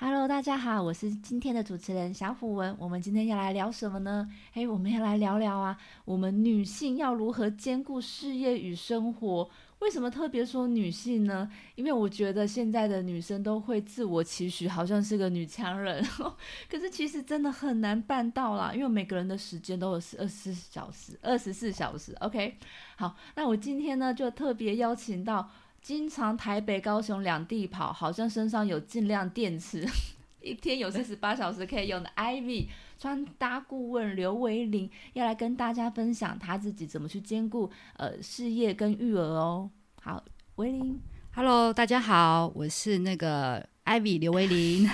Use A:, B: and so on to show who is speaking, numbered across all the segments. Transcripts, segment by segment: A: Hello，大家好，我是今天的主持人小虎文。我们今天要来聊什么呢？嘿，我们要来聊聊啊，我们女性要如何兼顾事业与生活？为什么特别说女性呢？因为我觉得现在的女生都会自我期许，好像是个女强人， 可是其实真的很难办到啦，因为每个人的时间都有二十四小时、二十四小时。OK，好，那我今天呢就特别邀请到。经常台北、高雄两地跑，好像身上有尽量电池，一天有四十八小时可以用的 Ivy 穿搭顾问刘维玲要来跟大家分享她自己怎么去兼顾呃事业跟育儿哦。好，维玲，
B: Hello，大家好，我是那个 Ivy 刘 维玲。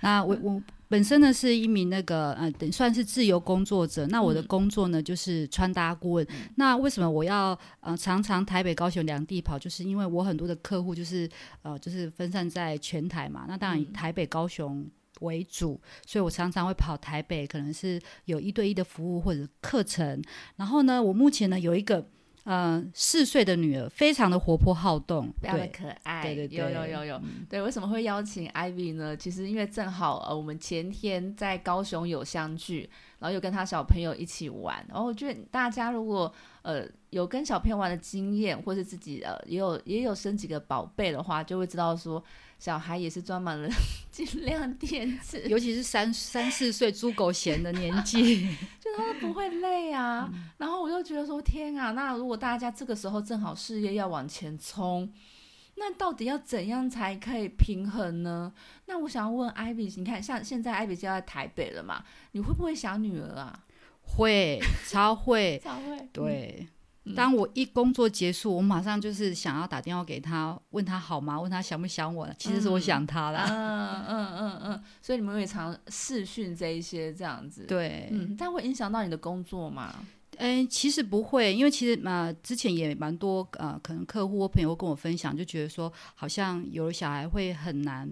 B: 那我我本身呢是一名那个呃，等算是自由工作者。那我的
A: 嗯
B: 工作呢、就是穿搭顾问。那为什么我要呃常常台北、高雄两地跑？就是因为我很多的客户就是呃就是分散在全台嘛。那当然以
A: 嗯
B: 台北、高雄。为主，所以我常常会跑台北，可能是有一对一的服务或者课程。然后呢，我目前呢有一个呃四岁的女儿，非常的活泼好动，
A: 非常的
B: 对，
A: 可爱，
B: 对对对
A: 有有有有，
B: 嗯
A: 对，为什么会邀请 Ivy 呢？其实因为正好呃，我们前天在高雄有相聚，然后有跟他小朋友一起玩，然后我觉得大家如果呃有跟小朋友玩的经验，或是自己呃也有也有生几个宝贝的话，就会知道说小孩也是装满了 尽量电池，
B: 尤其是三三四岁猪狗嫌的年 纪，
A: 就是他们不会累啊。
B: 嗯
A: 然后我就觉得说，天啊，那如果大家这个时候正好事业要往前冲，那到底要怎样才可以平衡呢？那我想要问艾比，你看，像现在艾比就在台北了嘛，你会不会想女儿啊？
B: 会超会，
A: 早会，
B: 对。
A: 嗯
B: 嗯当我一工作结束，我马上就是想要打电话给他，问他好吗？问他想不想我？其实是我想他
A: 嗯
B: 啦。
A: 嗯嗯嗯嗯，所以你们也常视讯这一些这样子，，
B: 对，
A: 嗯，但会影响到你的工作吗？
B: 嗯，其实不会，因为其实呃，之前也蛮多呃，可能客户或朋友跟我分享，就觉得说好像有了小孩会很难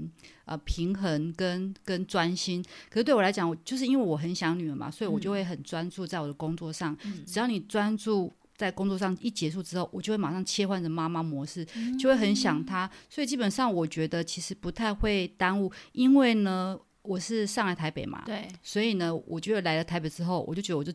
B: 呃平衡跟跟专心。可是对我来讲，我就是因为我很想女儿嘛，所以我就会很专注在我的工作上。只要你专注在工作上一结束之后，我就会马上切换成妈妈模式，就会很想她。所以基本上我觉得其实不太会耽误，因为呢，我是上来台北嘛，
A: 对，
B: 所以呢，我觉得来了台北之后，我就觉得我就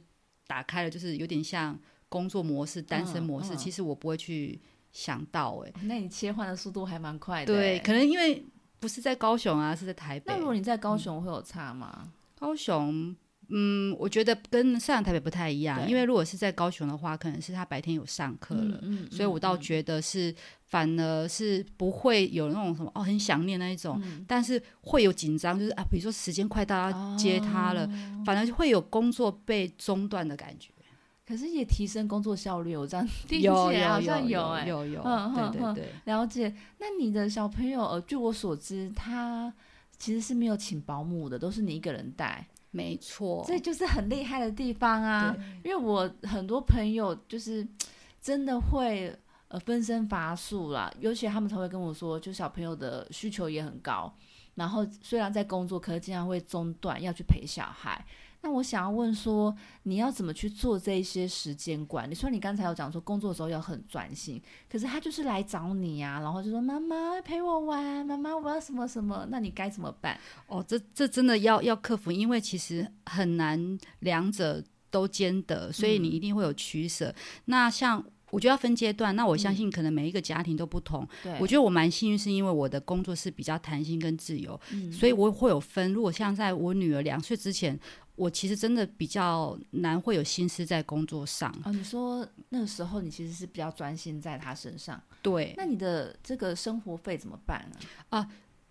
B: 打开了，就是有点像工作模式、单身模式。
A: 嗯
B: 其实我不会去想到、欸，
A: 那你切换的速度还蛮快的、
B: 对，
A: 欸
B: 可能因为不是在高雄啊，是在台北
A: 那。如果你在高
B: 嗯
A: 雄会有差吗？
B: 高雄，嗯，我觉得跟上海台北不太一样，
A: 对
B: 因为如果是在高雄的话，可能是他白天有上课了。
A: 嗯
B: 所以我倒
A: 嗯
B: 觉得是，反而是不会有那种什么哦，很想念那一种，
A: 嗯
B: 但是会有紧张，就是啊，比如说时间快到要接他了，
A: 哦
B: 反而会有工作被中断的感觉。
A: 可是也提升工作效率，我哦 这样听起
B: 有
A: 来
B: 有
A: 好像
B: 有
A: 哎、
B: 有有，
A: 嗯嗯
B: 对对
A: 嗯
B: 对。
A: 了解。那你的小朋友，呃，据我所知，他其实是没有请保姆的，都是你一个人带，
B: 没错
A: 这，就是很厉害的地方啊。因为我很多朋友就是真的会呃分身乏术啦，尤其他们才会跟我说，就小朋友的需求也很高，然后虽然在工作，可是经常会中断要去陪小孩。那我想要问说，你要怎么去做这一些时间管理？你说你刚才有讲说工作的时候要很专心，可是他就是来找你啊，然后就说妈妈陪我玩，妈妈我要什么什么，那你该怎么办？
B: 哦，这这真的要要克服，因为其实很难两者都兼得，所
A: 嗯
B: 以你一定会有取舍。那像我觉得要分阶段，那我相信可能每一个家庭都不同。
A: 嗯对，
B: 我觉得我蛮幸运，是因为我的工作是比较弹性跟自由，
A: 嗯
B: 所以我会有分。如果像在我女儿两岁之前，我其实真的比较难会有心思在工作上。
A: 哦，你说那个时候你其实是比较专心在他身上，
B: 对，
A: 那你的这个生活费怎么办啊？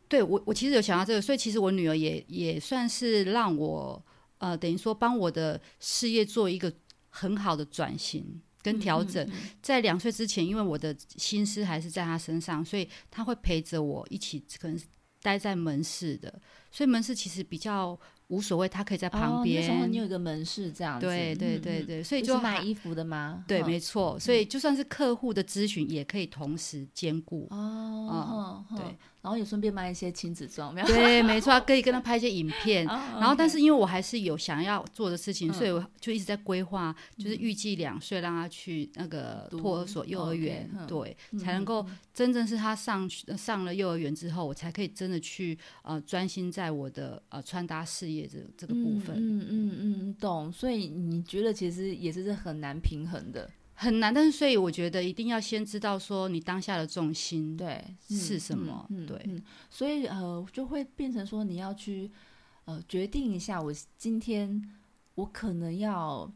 B: 对我，我其实有想到这个，所以其实我女儿也也算是让我呃，等于说帮我的事业做一个很好的转型跟调
A: 嗯
B: 整。在两岁之前，因为我的心思还是在她身上，所以她会陪着我一起，可能是待在门市的，所以门市其实比较无所谓，她可以在旁
A: 哦、那时候
B: 边。
A: 你有一个门市这样子，
B: 对对
A: 嗯
B: 对
A: 嗯
B: 对，所以
A: 就是
B: 还
A: 卖衣服的吗？
B: 对，
A: 嗯
B: 没错，所以就算是客户的咨询，也可以同时兼顾。
A: 哦，
B: 嗯
A: 哼哼
B: 对
A: 然后也顺便卖一些亲子装，没有？哦
B: 对，没错，可以跟他拍一些影片。
A: 然
B: 然后，但是因为我还是有想要做的事情，
A: 嗯
B: 所以我就一直在规划，就是预计两岁让他去那个
A: 读
B: 托儿所、幼儿园
A: OK，嗯，嗯
B: 对，才能够真正是他上去呃上了幼儿园之后，我才可以真的去呃专心在我的呃穿搭事业这这个部分。
A: 嗯嗯嗯嗯，懂。所以你觉得其实也是很难平衡的，
B: 很难，但是所以我觉得一定要先知道说你当下的重心，
A: 对，
B: 是
A: 嗯
B: 什么
A: 嗯嗯
B: 对
A: 嗯，所以呃，就会变成说你要去呃决定一下，我今天我可能要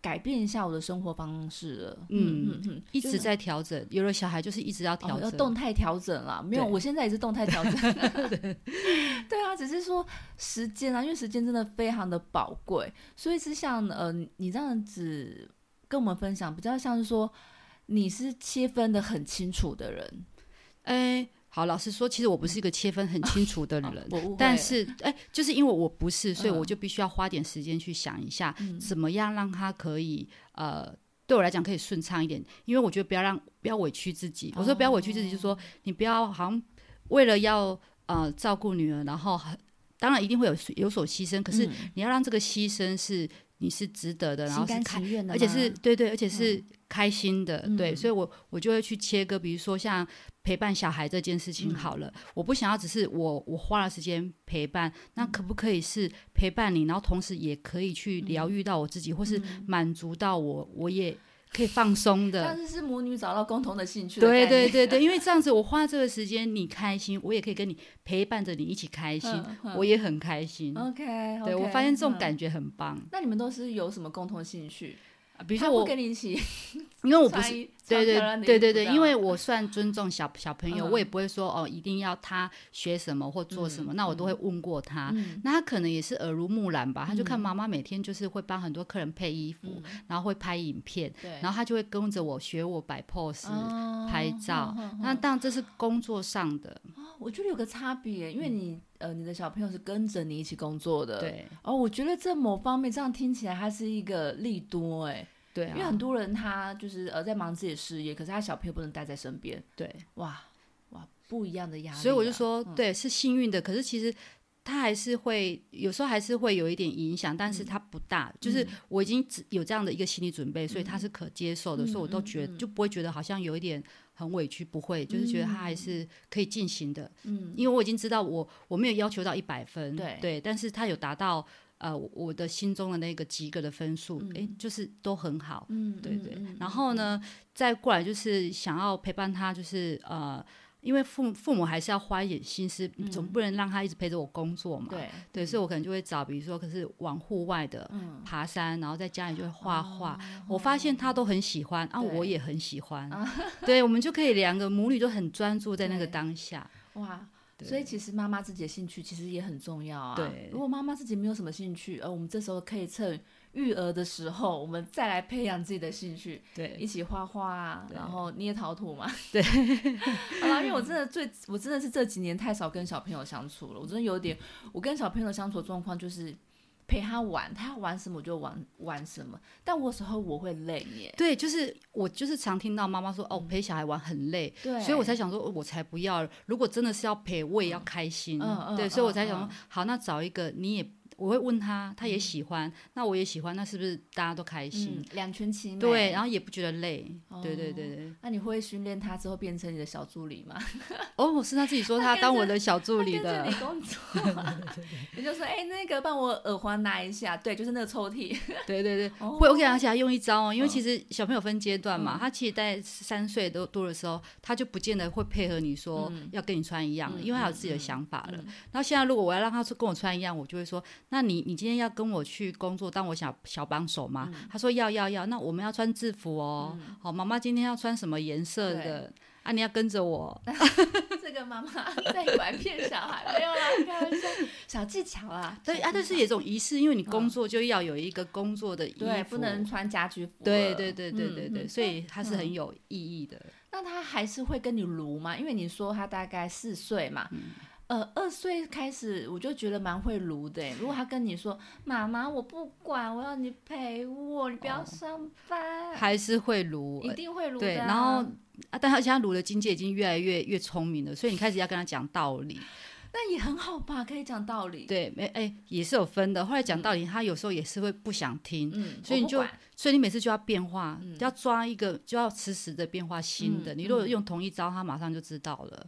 A: 改变一下我的生活方式了。嗯嗯，
B: 一
A: 就
B: 直
A: 是
B: 在调整。有了小孩就是一直要
A: 哦
B: 调整，
A: 要动态调整啦，没有，
B: 对
A: 我现在也是动态调 整。 对啊，只是说时间啊，因为时间真的非常的宝贵，所以是像呃，你这样子跟我们分享，比较像是说你是切分的很清楚的人，
B: 哎，好，老实说，其实我不是一个切分很清 楚的人，
A: 啊我误会
B: 但
A: 了
B: 是哎，就是因为我不是，所以
A: 嗯
B: 我就必须要花点时间去想一下，怎么样让他可以呃。对我来讲可以顺畅一点，因为我觉得不要让不要委屈自己。我说不要委屈自己，就是
A: 哦
B: 说你不要好像为了要呃照顾女儿，然后很当然一定会有有所牺牲，可是
A: 嗯
B: 你要让这个牺牲是你是值得的，然
A: 心
B: 后是
A: 甘
B: 开
A: 情愿的吗，
B: 而且是对对，而且是开心的，对，
A: 嗯
B: 所以我我就会去切割，比如说像陪伴小孩这件事
A: 嗯
B: 情好了，我不想要只是我我花了时间陪伴，那
A: 嗯
B: 可不可以是陪伴你，然后同时也可以去疗愈到我自己，或是
A: 嗯
B: 满足到我，我也可以放松
A: 但
B: 的。
A: 是是母女找到共同的兴趣的
B: 对
A: 概
B: 对
A: 念，
B: 对对，因为这样子我花这个时间你开心，我也可以跟你陪伴着你一起开心，
A: 嗯嗯
B: 我也很开心。
A: OK，嗯
B: 对我发现这种
A: 觉。
B: 感觉很棒，
A: 那你们都是有什么共同兴趣？
B: 啊比如
A: 他
B: 说
A: 不
B: 我，
A: 跟你一起
B: 因 为我不
A: 穿
B: 是
A: 一，穿
B: 对
A: 漂
B: 对
A: 亮的衣
B: 对
A: 服这
B: 对对，
A: 样
B: 因为我算尊重小小朋友，
A: 嗯
B: 我也不会说哦，一定要他学什么或做什么，那我都会问过他。
A: 嗯
B: 那他可能也是耳濡目染吧，他就看
A: 嗯
B: 妈妈每天就是会帮很多客人配衣服，
A: 嗯
B: 然后会拍影片，
A: 对，嗯
B: 然后他就会跟着我学我摆 pose、
A: 后
B: 拍照。
A: 嗯
B: 那当然这是工作上的，
A: 我觉得有个差别，因为你呃，你的小朋友是跟着你一起工作的，。
B: 嗯对
A: 哦，我觉得这某方面这样听起来，他是一个利多哎，
B: 对
A: 因为
B: 啊
A: 很，多人他就是呃在忙自己的事业，可是他小朋友不能待在身边，
B: 对。
A: 哇哇不一样的压力啊、
B: 所以我就说，对，是幸运的。可是其实它还是会有时候还是会有一点影响，但是
A: 嗯
B: 它不大。就是我已经只有这样的一个心理准备，所
A: 嗯
B: 以它是可接受的，所以我都觉就不会觉得好像有一点很委屈，不会，就是觉得它还
A: 嗯
B: 是可以进行的。嗯，因为我已经知道我我没有要求到一百分，
A: 对
B: 但是它有达到。呃，我的心中的那个及格的分数，
A: 嗯
B: 诶，就是都很好，
A: 嗯，嗯，
B: 对对
A: 嗯，
B: 然后？呢，再过来就是想要陪伴他，就是呃，因为父父母还是要花一点心思，总不能让他一直陪着我工作嘛。
A: 嗯嗯对，
B: 所以我可能就会找，比如说，可是往户外的、爬山，然后在家里就会画画。我发现他都很喜欢啊，我
A: 哦对啊
B: 也很喜欢，对，我们就可以两个母女都很专注在那个
A: 对
B: 当下。
A: 哇。所以其实妈妈自己的兴趣其实也很重要啊。
B: 对
A: 如果妈妈自己没有什么兴趣，呃，我们这时候可以趁育儿的时候，我们再来培养自己的兴趣，
B: 对，
A: 一起画画啊，
B: 对
A: 然后捏陶土 嘛。对，好啦，因为我真的最，我真的是这几年太少跟小朋友相处了，我真的有点，我跟小朋友的相处状况就是陪他玩，他要玩什么我就玩玩什么，但我有时候我会累耶。
B: 对，就是我就是常听到妈妈说，哦，陪小孩玩很累，
A: 对，
B: 所以我才想说，哦我才不要。如果真的是要陪，我也要开心。
A: 嗯嗯
B: 对，
A: 嗯
B: 所以我才想
A: 嗯
B: 说，好，那找一个你也，我会问他，他也喜欢，那我也喜欢，那是不是大家都开心
A: 嗯？，两全其美。
B: 对，然后也不觉得累。对对
A: 哦
B: 对对。
A: 那你会训练他之后变成你的小助理吗？
B: 哦，是他自己说他
A: 跟
B: 当
A: 着
B: 我的小 助理
A: 跟着
B: 的
A: 你，工作、 啊，你就说哎、那个帮我耳环拿一下，对，就是那个抽屉，
B: 对对对。
A: 哦
B: 会，我给他起来用一招哦，因
A: 嗯
B: 为其实小朋友分阶段嘛，他其实在三岁多多的时候，他就不见得会配合你说要跟你穿一样的，
A: 嗯
B: 因为他有
A: 嗯
B: 自己的想法了
A: 嗯。
B: 然后现在如果我要让他说跟我穿一样，我就会说，那你你今天要跟我去工作当我小小帮手吗？
A: 嗯
B: 他说要要要，那我们要穿制服哦，好，妈妈今天要穿什么颜色的？啊，你要跟着我，
A: 这个妈妈在拐骗小孩，没有啦，开玩笑，小技巧啦，
B: 对
A: 小
B: 啊，
A: 技
B: 但
A: 巧
B: 是有一种仪式，因为你工作就要有一个工作的衣服，
A: 嗯对，不能穿家居服了，
B: 对对对对
A: 嗯
B: 对对，
A: 嗯
B: 所以它是很有意义的。
A: 那他还是会跟你撸吗？因为你说他大概四岁嘛。
B: 嗯
A: 呃，二岁开始我就觉得蛮会撸的耶。欸如果他跟你说“妈妈，我不管，我
B: 哦
A: 要你陪我，你不要上班”，
B: 还是会撸，
A: 一定会撸的啊、
B: 对，然后啊，但他现在卢的境界已经越来越越聪明了，所以你开始要跟他讲道理。
A: 那也很好吧，可以讲道理。
B: 对，没哎、也是有分的。后来讲道理，他有时候也是会不想听，
A: 嗯，
B: 所以你
A: 我不
B: 就
A: 管
B: 所以你每次就要变化，
A: 嗯
B: 要抓一个，就要实时的变化新的。
A: 嗯
B: 你如果
A: 嗯
B: 用同一招，他马上就知道了。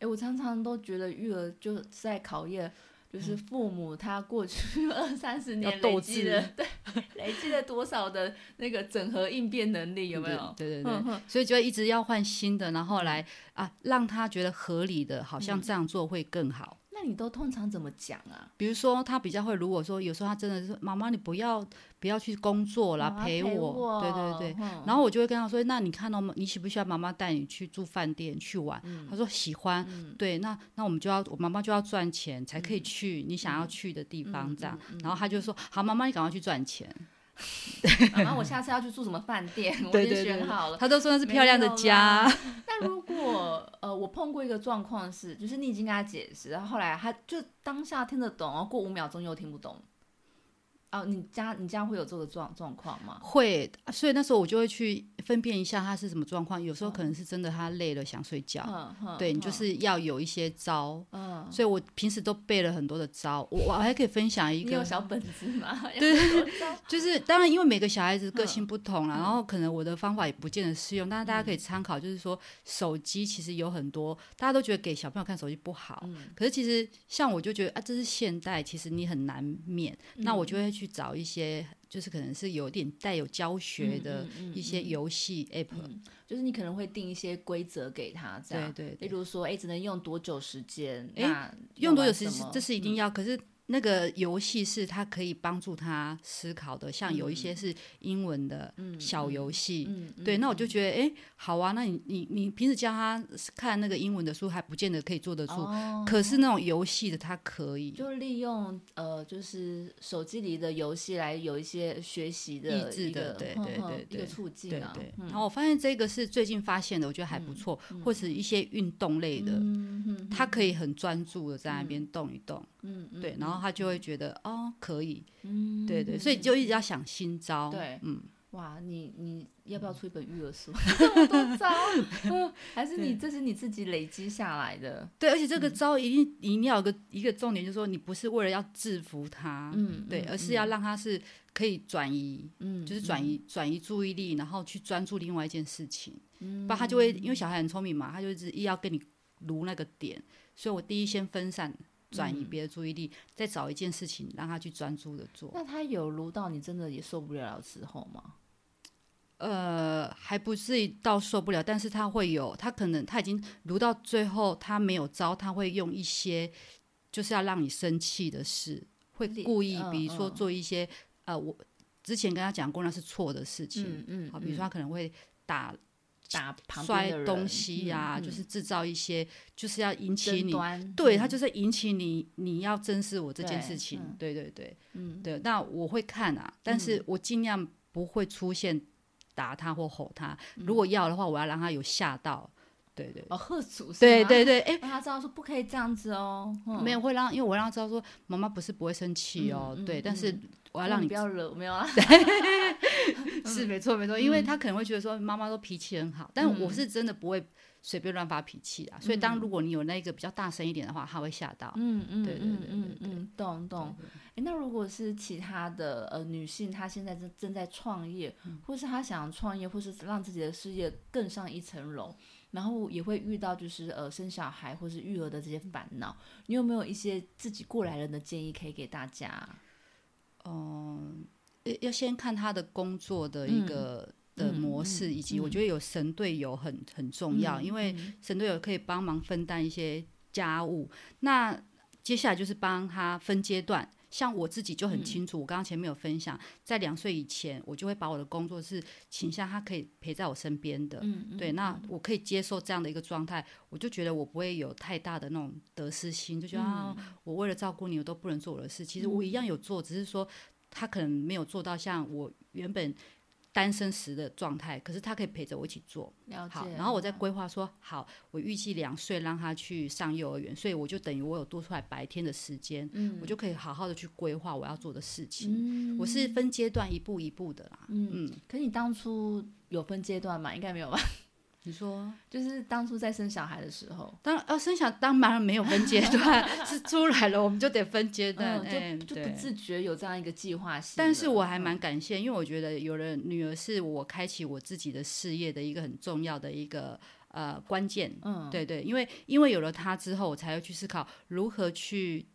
A: 哎、我常常都觉得育儿就是在考验，就是父母他过去二三十年
B: 嗯斗
A: 累积
B: 志
A: 了， 对，累积了多少的那个整合应变能力，有没有？
B: 对对对
A: 嗯哼
B: 所以就一直要换新的，然后来啊，让他觉得合理的，好像这样做会更好。
A: 那你都通常怎么讲啊？
B: 比如说，他比较会，如果说有时候他真的是妈妈，你不要不要去工作啦，
A: 妈妈
B: 陪
A: 陪
B: 我，对对对。
A: 嗯
B: 然后我就会跟他说：“那你看到吗？你喜不喜欢妈妈带你去住饭店去玩？”
A: 嗯
B: 他说：“喜欢。对，那那我们就要，我妈妈就要赚钱才可以去你想要去的地方，
A: 嗯
B: 这样。然后他就说：“好，妈妈，你赶快去赚钱。
A: 妈妈，我下次要去住什么饭店， 我
B: 对
A: 已经
B: 对对
A: 选好了。
B: 他都说那是漂亮的家，
A: 那如果呃，我碰过一个状况是，就是你已经跟他解释，然后后来他就当下听得懂，然后过五秒钟又听不懂。哦，你家你家会有这个状状况吗？
B: 会。所以那时候我就会去分辨一下他是什么状况。有时候可能是真的他累了想睡觉，
A: 嗯哼
B: 啊对你
A: 哼
B: 就是要有一些招。
A: 嗯，
B: 所以我平时都背了很多的招，我我还可以分享一
A: 嗯你有
B: 个，
A: 小本子吗？ 对，
B: 就是当然因为每个小孩子
A: 嗯
B: 个性不同啦，然后可能我的方法也不见得适用，但是大家
A: 嗯
B: 可以参考，就是说手机其实有很多，大家都觉得给小朋友看手机不好，
A: 嗯
B: 可是其实像我就觉得啊，这是现代，其实你很难免，
A: 嗯
B: 那我就会去找一些就是可能是有点带有教学
A: 嗯
B: 的一些游戏 app，、
A: 就是你可能会定一些规则给他，嗯这
B: 对
A: 样，
B: 对
A: 例如说，哎，只能用多久时间？
B: 哎
A: 那
B: 用多久
A: 完
B: 时
A: 什
B: 间
A: 么嗯
B: 这是一定要，可是那个游戏是它可以帮助他思考的，像有一些是英文的小游戏。
A: 嗯，嗯
B: 对，那我就觉得，哎、好啊，那你你你平时教他看那个英文的书，还不见得可以做得出，
A: 嗯
B: 可是那种游戏的他可以，
A: 哦就利用呃，就是手机里的游戏来有一些学习的
B: 益智
A: 一
B: 的
A: 个
B: 对
A: 哼
B: 对
A: 哼
B: 对
A: 一个
B: 对
A: 促
B: 对
A: 进啊，
B: 对。
A: 嗯
B: 然后我发现这个是最近发现的，我觉得还不错，或是一些运动类
A: 嗯
B: 的，他可以很专注的在那边动一动，
A: 嗯嗯，
B: 对，然后他就会觉得哦可以，
A: 嗯
B: 对对，所以就一直要想新招，
A: 对
B: 嗯。
A: 哇，你你要不要出一本育儿书？ 这么多招，嗯还是你这是你自己累积下来的？
B: 对，而且
A: 嗯
B: 这个招一定、一定要有个一个重点，就是说你不是为了要制服他，
A: 嗯，
B: 对，
A: 嗯
B: 而是要让他是可以转移，
A: 嗯，
B: 就是转移、转移注意力，然后去专注另外一件事情，不然他就会
A: 嗯
B: 因为小孩很聪明嘛，他就一直一要跟你撸那个点，所以我第一先分散。转
A: 嗯
B: 移别的注意力，再找一件事情让他去专注的做。
A: 那他有撸到你真的也受不了的时候吗？
B: 呃，还不至于到受不了，但是他会有，他可能他已经读到最后，他没有招，他会用一些就是要让你生气的事，会
A: 例
B: 故意
A: 嗯，
B: 比如说
A: 嗯
B: 做一些、呃，我之前跟他讲过那是错的事情，
A: 嗯
B: 好，比如说他可能会打
A: 打旁边
B: 摔
A: 的人
B: 东西呀、
A: 嗯嗯
B: 就是制造一些，就是要引起
A: 争
B: 你。
A: 端，嗯
B: 对他就是引起你，你要正视我这件
A: 对
B: 事情，
A: 嗯
B: 对对对，
A: 嗯
B: 对，那我会看啊，但是我尽量不会出现打他或吼他。如果要的话，我要让他有吓到。对对
A: 嗯哦喝阻是
B: 对
A: 吗
B: 对对，哎、
A: 让他知道说不可以这样子哦，嗯
B: 没有会让，因为我让他知道说妈妈不是不会生气哦，
A: 嗯嗯
B: 对，
A: 嗯
B: 但是我要让
A: 你
B: 你
A: 不要惹，没有啊，
B: 是没错没错，因为他可能会觉得说妈妈都脾气很好，但我是真的不会随便乱发脾气啊。所以当如果你有那个比较大声一点的话，他会吓到。
A: 嗯嗯
B: 对对
A: 嗯
B: 对
A: 嗯嗯，懂懂。诶，那如果是其他的呃女性，她现在正正在创业，
B: 嗯
A: 或是她想创业，或是让自己的事业更上一层楼，然后也会遇到就是呃生小孩或是育儿的这些烦恼，你有没有一些自己过来人的建议可以给大家？
B: 要要先看他的工作的一个、的模式，以及我觉得有神队友很很重
A: 嗯
B: 要，因为神队友可以帮忙分担一些家务。那接下来就是帮他分阶段。像我自己就很清楚，我刚刚前面有分享，在两岁以前，我就会把我的工作是倾向他可以陪在我身边的，
A: 嗯，嗯
B: 呃对，那我可以接受这样的一个状态，我就觉得我不会有太大的那种得失心，就觉得、啊，我为了照顾你，我都不能做我的事。其实我一样有做，只是说他可能没有做到像我原本单身时的状态，可是他可以陪着我一起做。
A: 了
B: 好
A: 解。，
B: 然后我再规划说，好，我预计两岁让他去上幼儿园，所以我就等于我有多出来白天的时间，
A: 嗯
B: 我就可以好好的去规划我要做的事情。
A: 嗯，
B: 我是分阶段一步一步的啦，嗯
A: 可你当初有分阶段吗？应该没有吧？
B: 你说，
A: 就是当初在生小孩的时候，
B: 当然哦，生小当然没有分阶段， 是出来了我们就得分阶段，哎
A: 嗯，就就不
B: 对
A: 自觉有这样一个计划性了。
B: 但是我还
A: 嗯
B: 蛮感谢，因为我觉得有了女儿是我开启我自己的事业的一个很重要的一个呃关键。
A: 嗯
B: 对对，因为因为有了她之后，我才会去思考如何去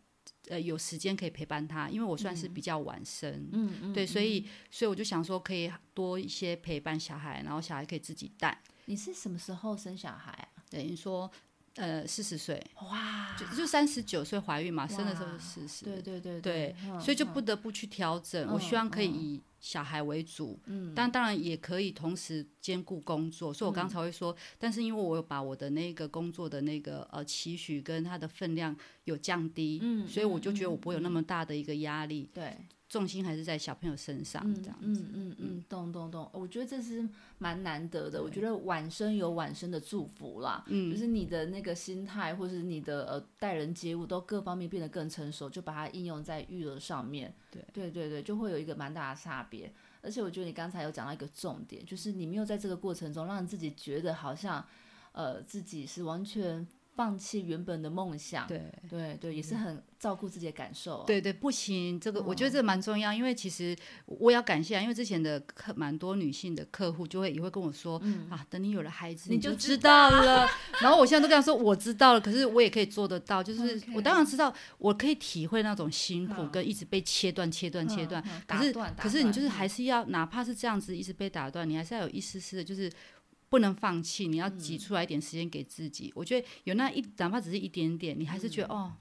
B: 呃有时间可以陪伴她，因为我算是比较晚生。
A: 嗯嗯，
B: 对，所
A: 嗯
B: 以所以我就想说，可以多一些陪伴小孩，然后小孩可以自己带。
A: 你是什么时候生小孩啊？
B: 等于说，呃，四十岁
A: 哇，
B: 就就三十九岁怀孕嘛，生的时候
A: 哇
B: 是四十，
A: 对对对
B: 对
A: 嗯
B: 所以就
A: 嗯
B: 不得不去调整。我
A: 嗯
B: 希望可以
A: 嗯
B: 以小孩为主，
A: 嗯
B: 但当然也可以同时兼顾工作。所以我刚才会说，但是因为我有把我的那个工作的那个呃期许跟它的分量有降低，
A: 嗯
B: 所以我就觉得
A: 嗯
B: 我不会有那么大的一个压力，
A: 对，
B: 重心还是在小朋友身上
A: 嗯
B: 这样子。
A: 嗯嗯嗯，懂懂懂，我觉得这是蛮难得的。我觉得晚生有晚生的祝福啦，
B: 嗯
A: 就是你的那个心态，或是你的呃待人接物，都各方面变得更成熟，就把它应用在育儿上面。
B: 对
A: 对对对，就会有一个蛮大的差别。而且我觉得你刚才有讲到一个重点，就是你没有在这个过程中让自己觉得好像，呃，自己是完全放弃原本的梦想。
B: 对。嗯
A: 对对，也是很照顾自己的感受哦、
B: 对对，不行，这个、我觉得
A: 嗯
B: 这蛮重要，因为其实我也要感谢啊，因为之前的客蛮多女性的客户就会也会跟我说、啊，等你有了孩子
A: 嗯你就
B: 就
A: 知
B: 知道 了，然后我现在都跟他说我知道了，可是我也可以做得到，就是
A: OK
B: 我当然知道，我可以体会那种辛苦
A: 嗯
B: 跟一直被切断、切断、
A: 嗯，
B: 切断，
A: 嗯
B: 可
A: 打
B: 是
A: 断打
B: 可是你
A: 断
B: 就是
A: 嗯
B: 还是要，哪怕是这样子一直被打断，你还是要有一丝丝的，就是不能放弃，你要
A: 嗯
B: 挤出来一点时间给自己。我觉得有那一，哪怕只是一点点，你还是
A: 嗯
B: 觉得、哦，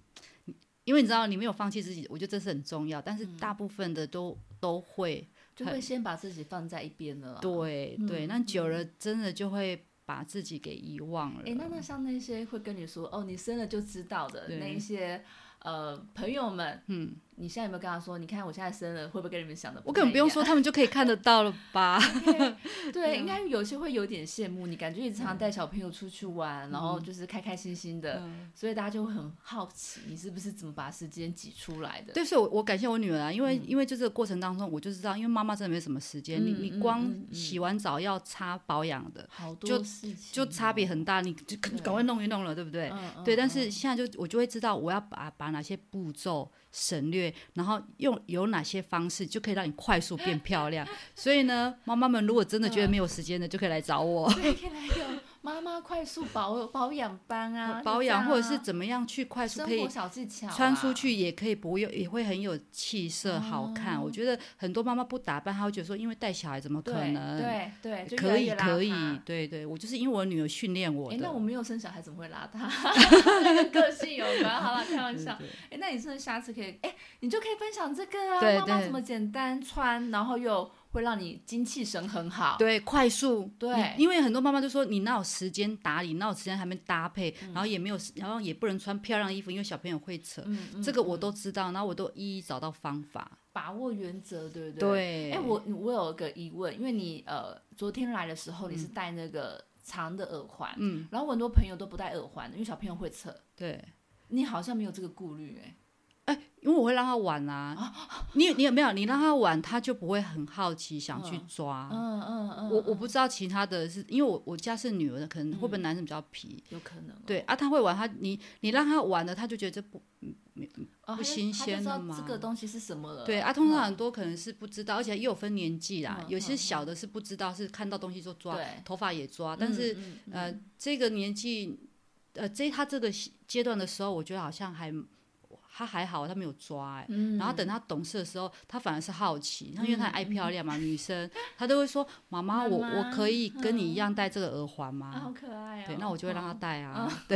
B: 因为你知道你没有放弃自己，我觉得这是很重要。但
A: 嗯
B: 是大部分的都、都会，
A: 就会先把自己放在一边了啦。啊
B: 对、
A: 嗯
B: 对，那久了真的就会把自己给遗忘了。
A: 诶，那那像那些会跟你说哦，你生了就知道的
B: 对
A: 那一些呃朋友们，
B: 嗯，
A: 你现在有没有跟他说？你看我现在生了，会不会跟你们想的？
B: 我根本不用说， 啊他们就可以看得到了吧？
A: 太一样，对，应该有些会有点羡慕你，感觉你
B: 嗯
A: 常常带小朋友出去玩，然后就是开开心心的，
B: 嗯
A: 所以大家就会很好奇你是不是怎么把时间挤出来的。
B: 对，所以我，我感谢我女儿啊，因为、因为就这个过程当中，我就知道，因为妈妈真的没什么时间，
A: 嗯
B: 你
A: 嗯
B: 你光
A: 嗯嗯
B: 洗完澡要擦保养的，
A: 好
B: 就
A: 多事情
B: 就差别
A: 哦，
B: 很大，你就赶
A: 对
B: 赶快弄一弄了，对不对？
A: 嗯嗯
B: 对，但
A: 嗯
B: 是现在就我就会知道我要把把哪些步骤省略，然后用有哪些方式就可以让你快速变 漂亮。所以呢，妈妈们如果真的觉得没有时间的，就可以来找我
A: 对，可以来有妈妈快速保保养班啊， 就
B: 保
A: 这
B: 养，
A: 样
B: 或者
A: 啊
B: 是怎么样去快速
A: 生
B: 可以
A: 活小技巧、啊，
B: 穿出去也可以不用，也会很有气色，好看。
A: 嗯
B: 我觉得很多妈妈不打扮，她会觉得说，因为带小孩怎么可能？
A: 对对对，就
B: 可以
A: 越来越
B: 可以
A: 邋遢，
B: 对对，我就是因为我女儿训练我
A: 哎，
B: 的。
A: 那我没有生小孩，怎么会邋遢？ 跟个性有关，好了，开玩笑。
B: 对对
A: 哎，那你真的下次可以，哎，你就可以分享这个啊，
B: 对
A: 妈妈
B: 对
A: 怎么简单穿，然后又会让你精气神很好。
B: 对，快速
A: 对
B: 你因为很多妈妈就说你哪有时间打理，哪有时间还没搭配，然后也没有时，然后也不能穿漂亮衣服，因为小朋友会扯，
A: 嗯，嗯
B: 这个我
A: 嗯
B: 都知道，然后我都一一找到方法。
A: 把握原则，对不对？
B: 对，
A: 哎，我我有个疑问，因为你呃昨天来的时候你是戴那个长的耳环，
B: 嗯，
A: 然后我很多朋友都不戴耳环的，因为小朋友会扯。
B: 对，
A: 你好像没有这个顾虑哎、
B: 因为我会让他玩啊，你你有没有？你让他玩，他就不会很好奇想去抓。
A: 嗯嗯嗯，嗯
B: 我我不知道其他的是，因为我我家是女儿的，可能会不会男生比较皮？
A: 有可能哦、
B: 对啊，他会玩，他你你让他玩了，他就觉得这不
A: 哦，
B: 不
A: 他就
B: 新
A: 他就
B: 鲜
A: 知
B: 了
A: 道这
B: 吗
A: 个东西是什么了。
B: 对啊，通常很多可能是不知道，而且又有分年纪啦，
A: 嗯
B: 有些
A: 嗯
B: 小的是不知道，是看到东西就抓，
A: 对
B: 头发也抓，
A: 嗯，
B: 但是、
A: 嗯嗯
B: 呃，这个年纪，呃，这他这个阶阶段的时候，我觉得好像还他还好，他没有抓、欸，
A: 嗯
B: 然后等他懂事的时候，他反而是好奇，他因为他很爱漂亮嘛，女生，她都会说：“妈妈，我
A: 妈妈
B: 我可以跟你一样戴这个耳环
A: 啊，好
B: 吗？”
A: 可爱哦。
B: 对，那我就会让他
A: 哦
B: 戴啊，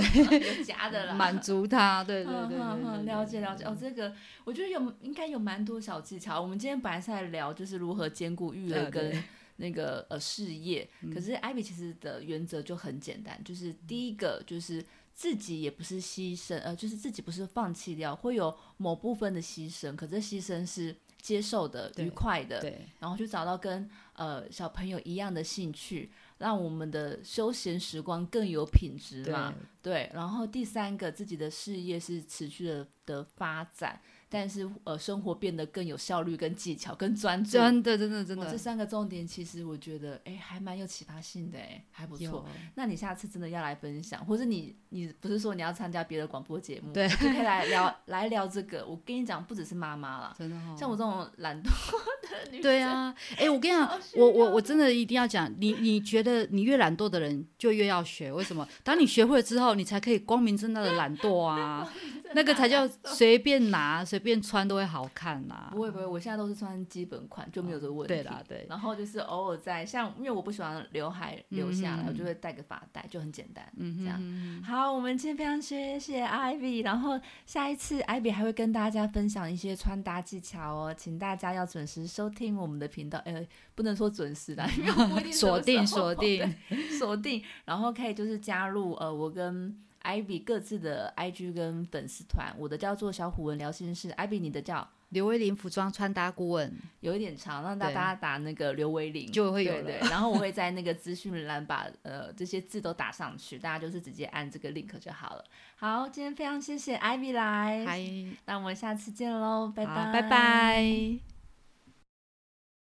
A: 有夹的啦，
B: 满足他。对对
A: 嗯
B: 对
A: 嗯
B: 对对，
A: 嗯，了解了解哦，这个我觉得有应该有蛮多小技巧。我们今天本来是在聊就是如何兼顾育儿
B: 啊对嗯
A: 跟 那个呃事业，可是艾比其实的原则就很简单，就是第一个就是自己也不是牺牲，呃，就是自己不是放弃掉，会有某部分的牺牲，可这牺牲是接受的、
B: 对
A: 愉快的，
B: 对
A: 然后去找到跟呃小朋友一样的兴趣，让我们的休闲时光更有品质
B: 对
A: 嘛。对，然后第三个，自己的事业是持续的的发展，但是呃，生活变得更有效率、跟技巧、跟专注。
B: 真的真的真
A: 哇
B: 的
A: 这三个重点其实我觉得，哎，还蛮有启发性的，哎，还不错。
B: 有
A: 那你下次真的要来分享，或者你你不是说你要参加别的广播节目，
B: 对
A: 就可以来聊来聊这个。我跟你讲，不只是妈妈啦，
B: 真的哦。
A: 像我这种懒惰的女，
B: 对 啊，哎、我跟你讲
A: 好，需
B: 我我
A: 要
B: 我真的一定要讲，你你觉得你越懒惰的人就越要学，为什么？当你学会了之后，你才可以光明正大的懒 惰啊，那个才叫随便拿随便穿都会好看啦、
A: 不会不会，我现在都是穿基本款，就没有这个问题。
B: 啊对啦对，
A: 然后就是偶尔在像，因为我不喜欢刘海留下来，
B: 嗯
A: 我就会戴个发带，就很简单，这样。好，我们今天非常谢谢 Ivy，然后下一次 Ivy 还会跟大家分享一些穿搭技巧哦，请大家要准时收听我们的频道，呃，不能说准时啦，因为我不一定
B: 锁定锁定
A: 定 锁定，然后可以就是加入呃我跟。Ivy 各自的 IG 跟粉丝团，我的叫做小虎文聊心事，Ivy 你的叫
B: 刘威林服装穿搭顾问，
A: 有一点长，让大
B: 对
A: 大家打那个刘维林
B: 就会有了
A: 对对，然后我会在那个资讯栏把呃这些字都打上去，大家就是直接按这个 link 就好了。好，今天非常谢谢 Ivy 来，
B: 嗨，
A: 那我们下次见喽，拜
B: 好
A: 拜，
B: 拜拜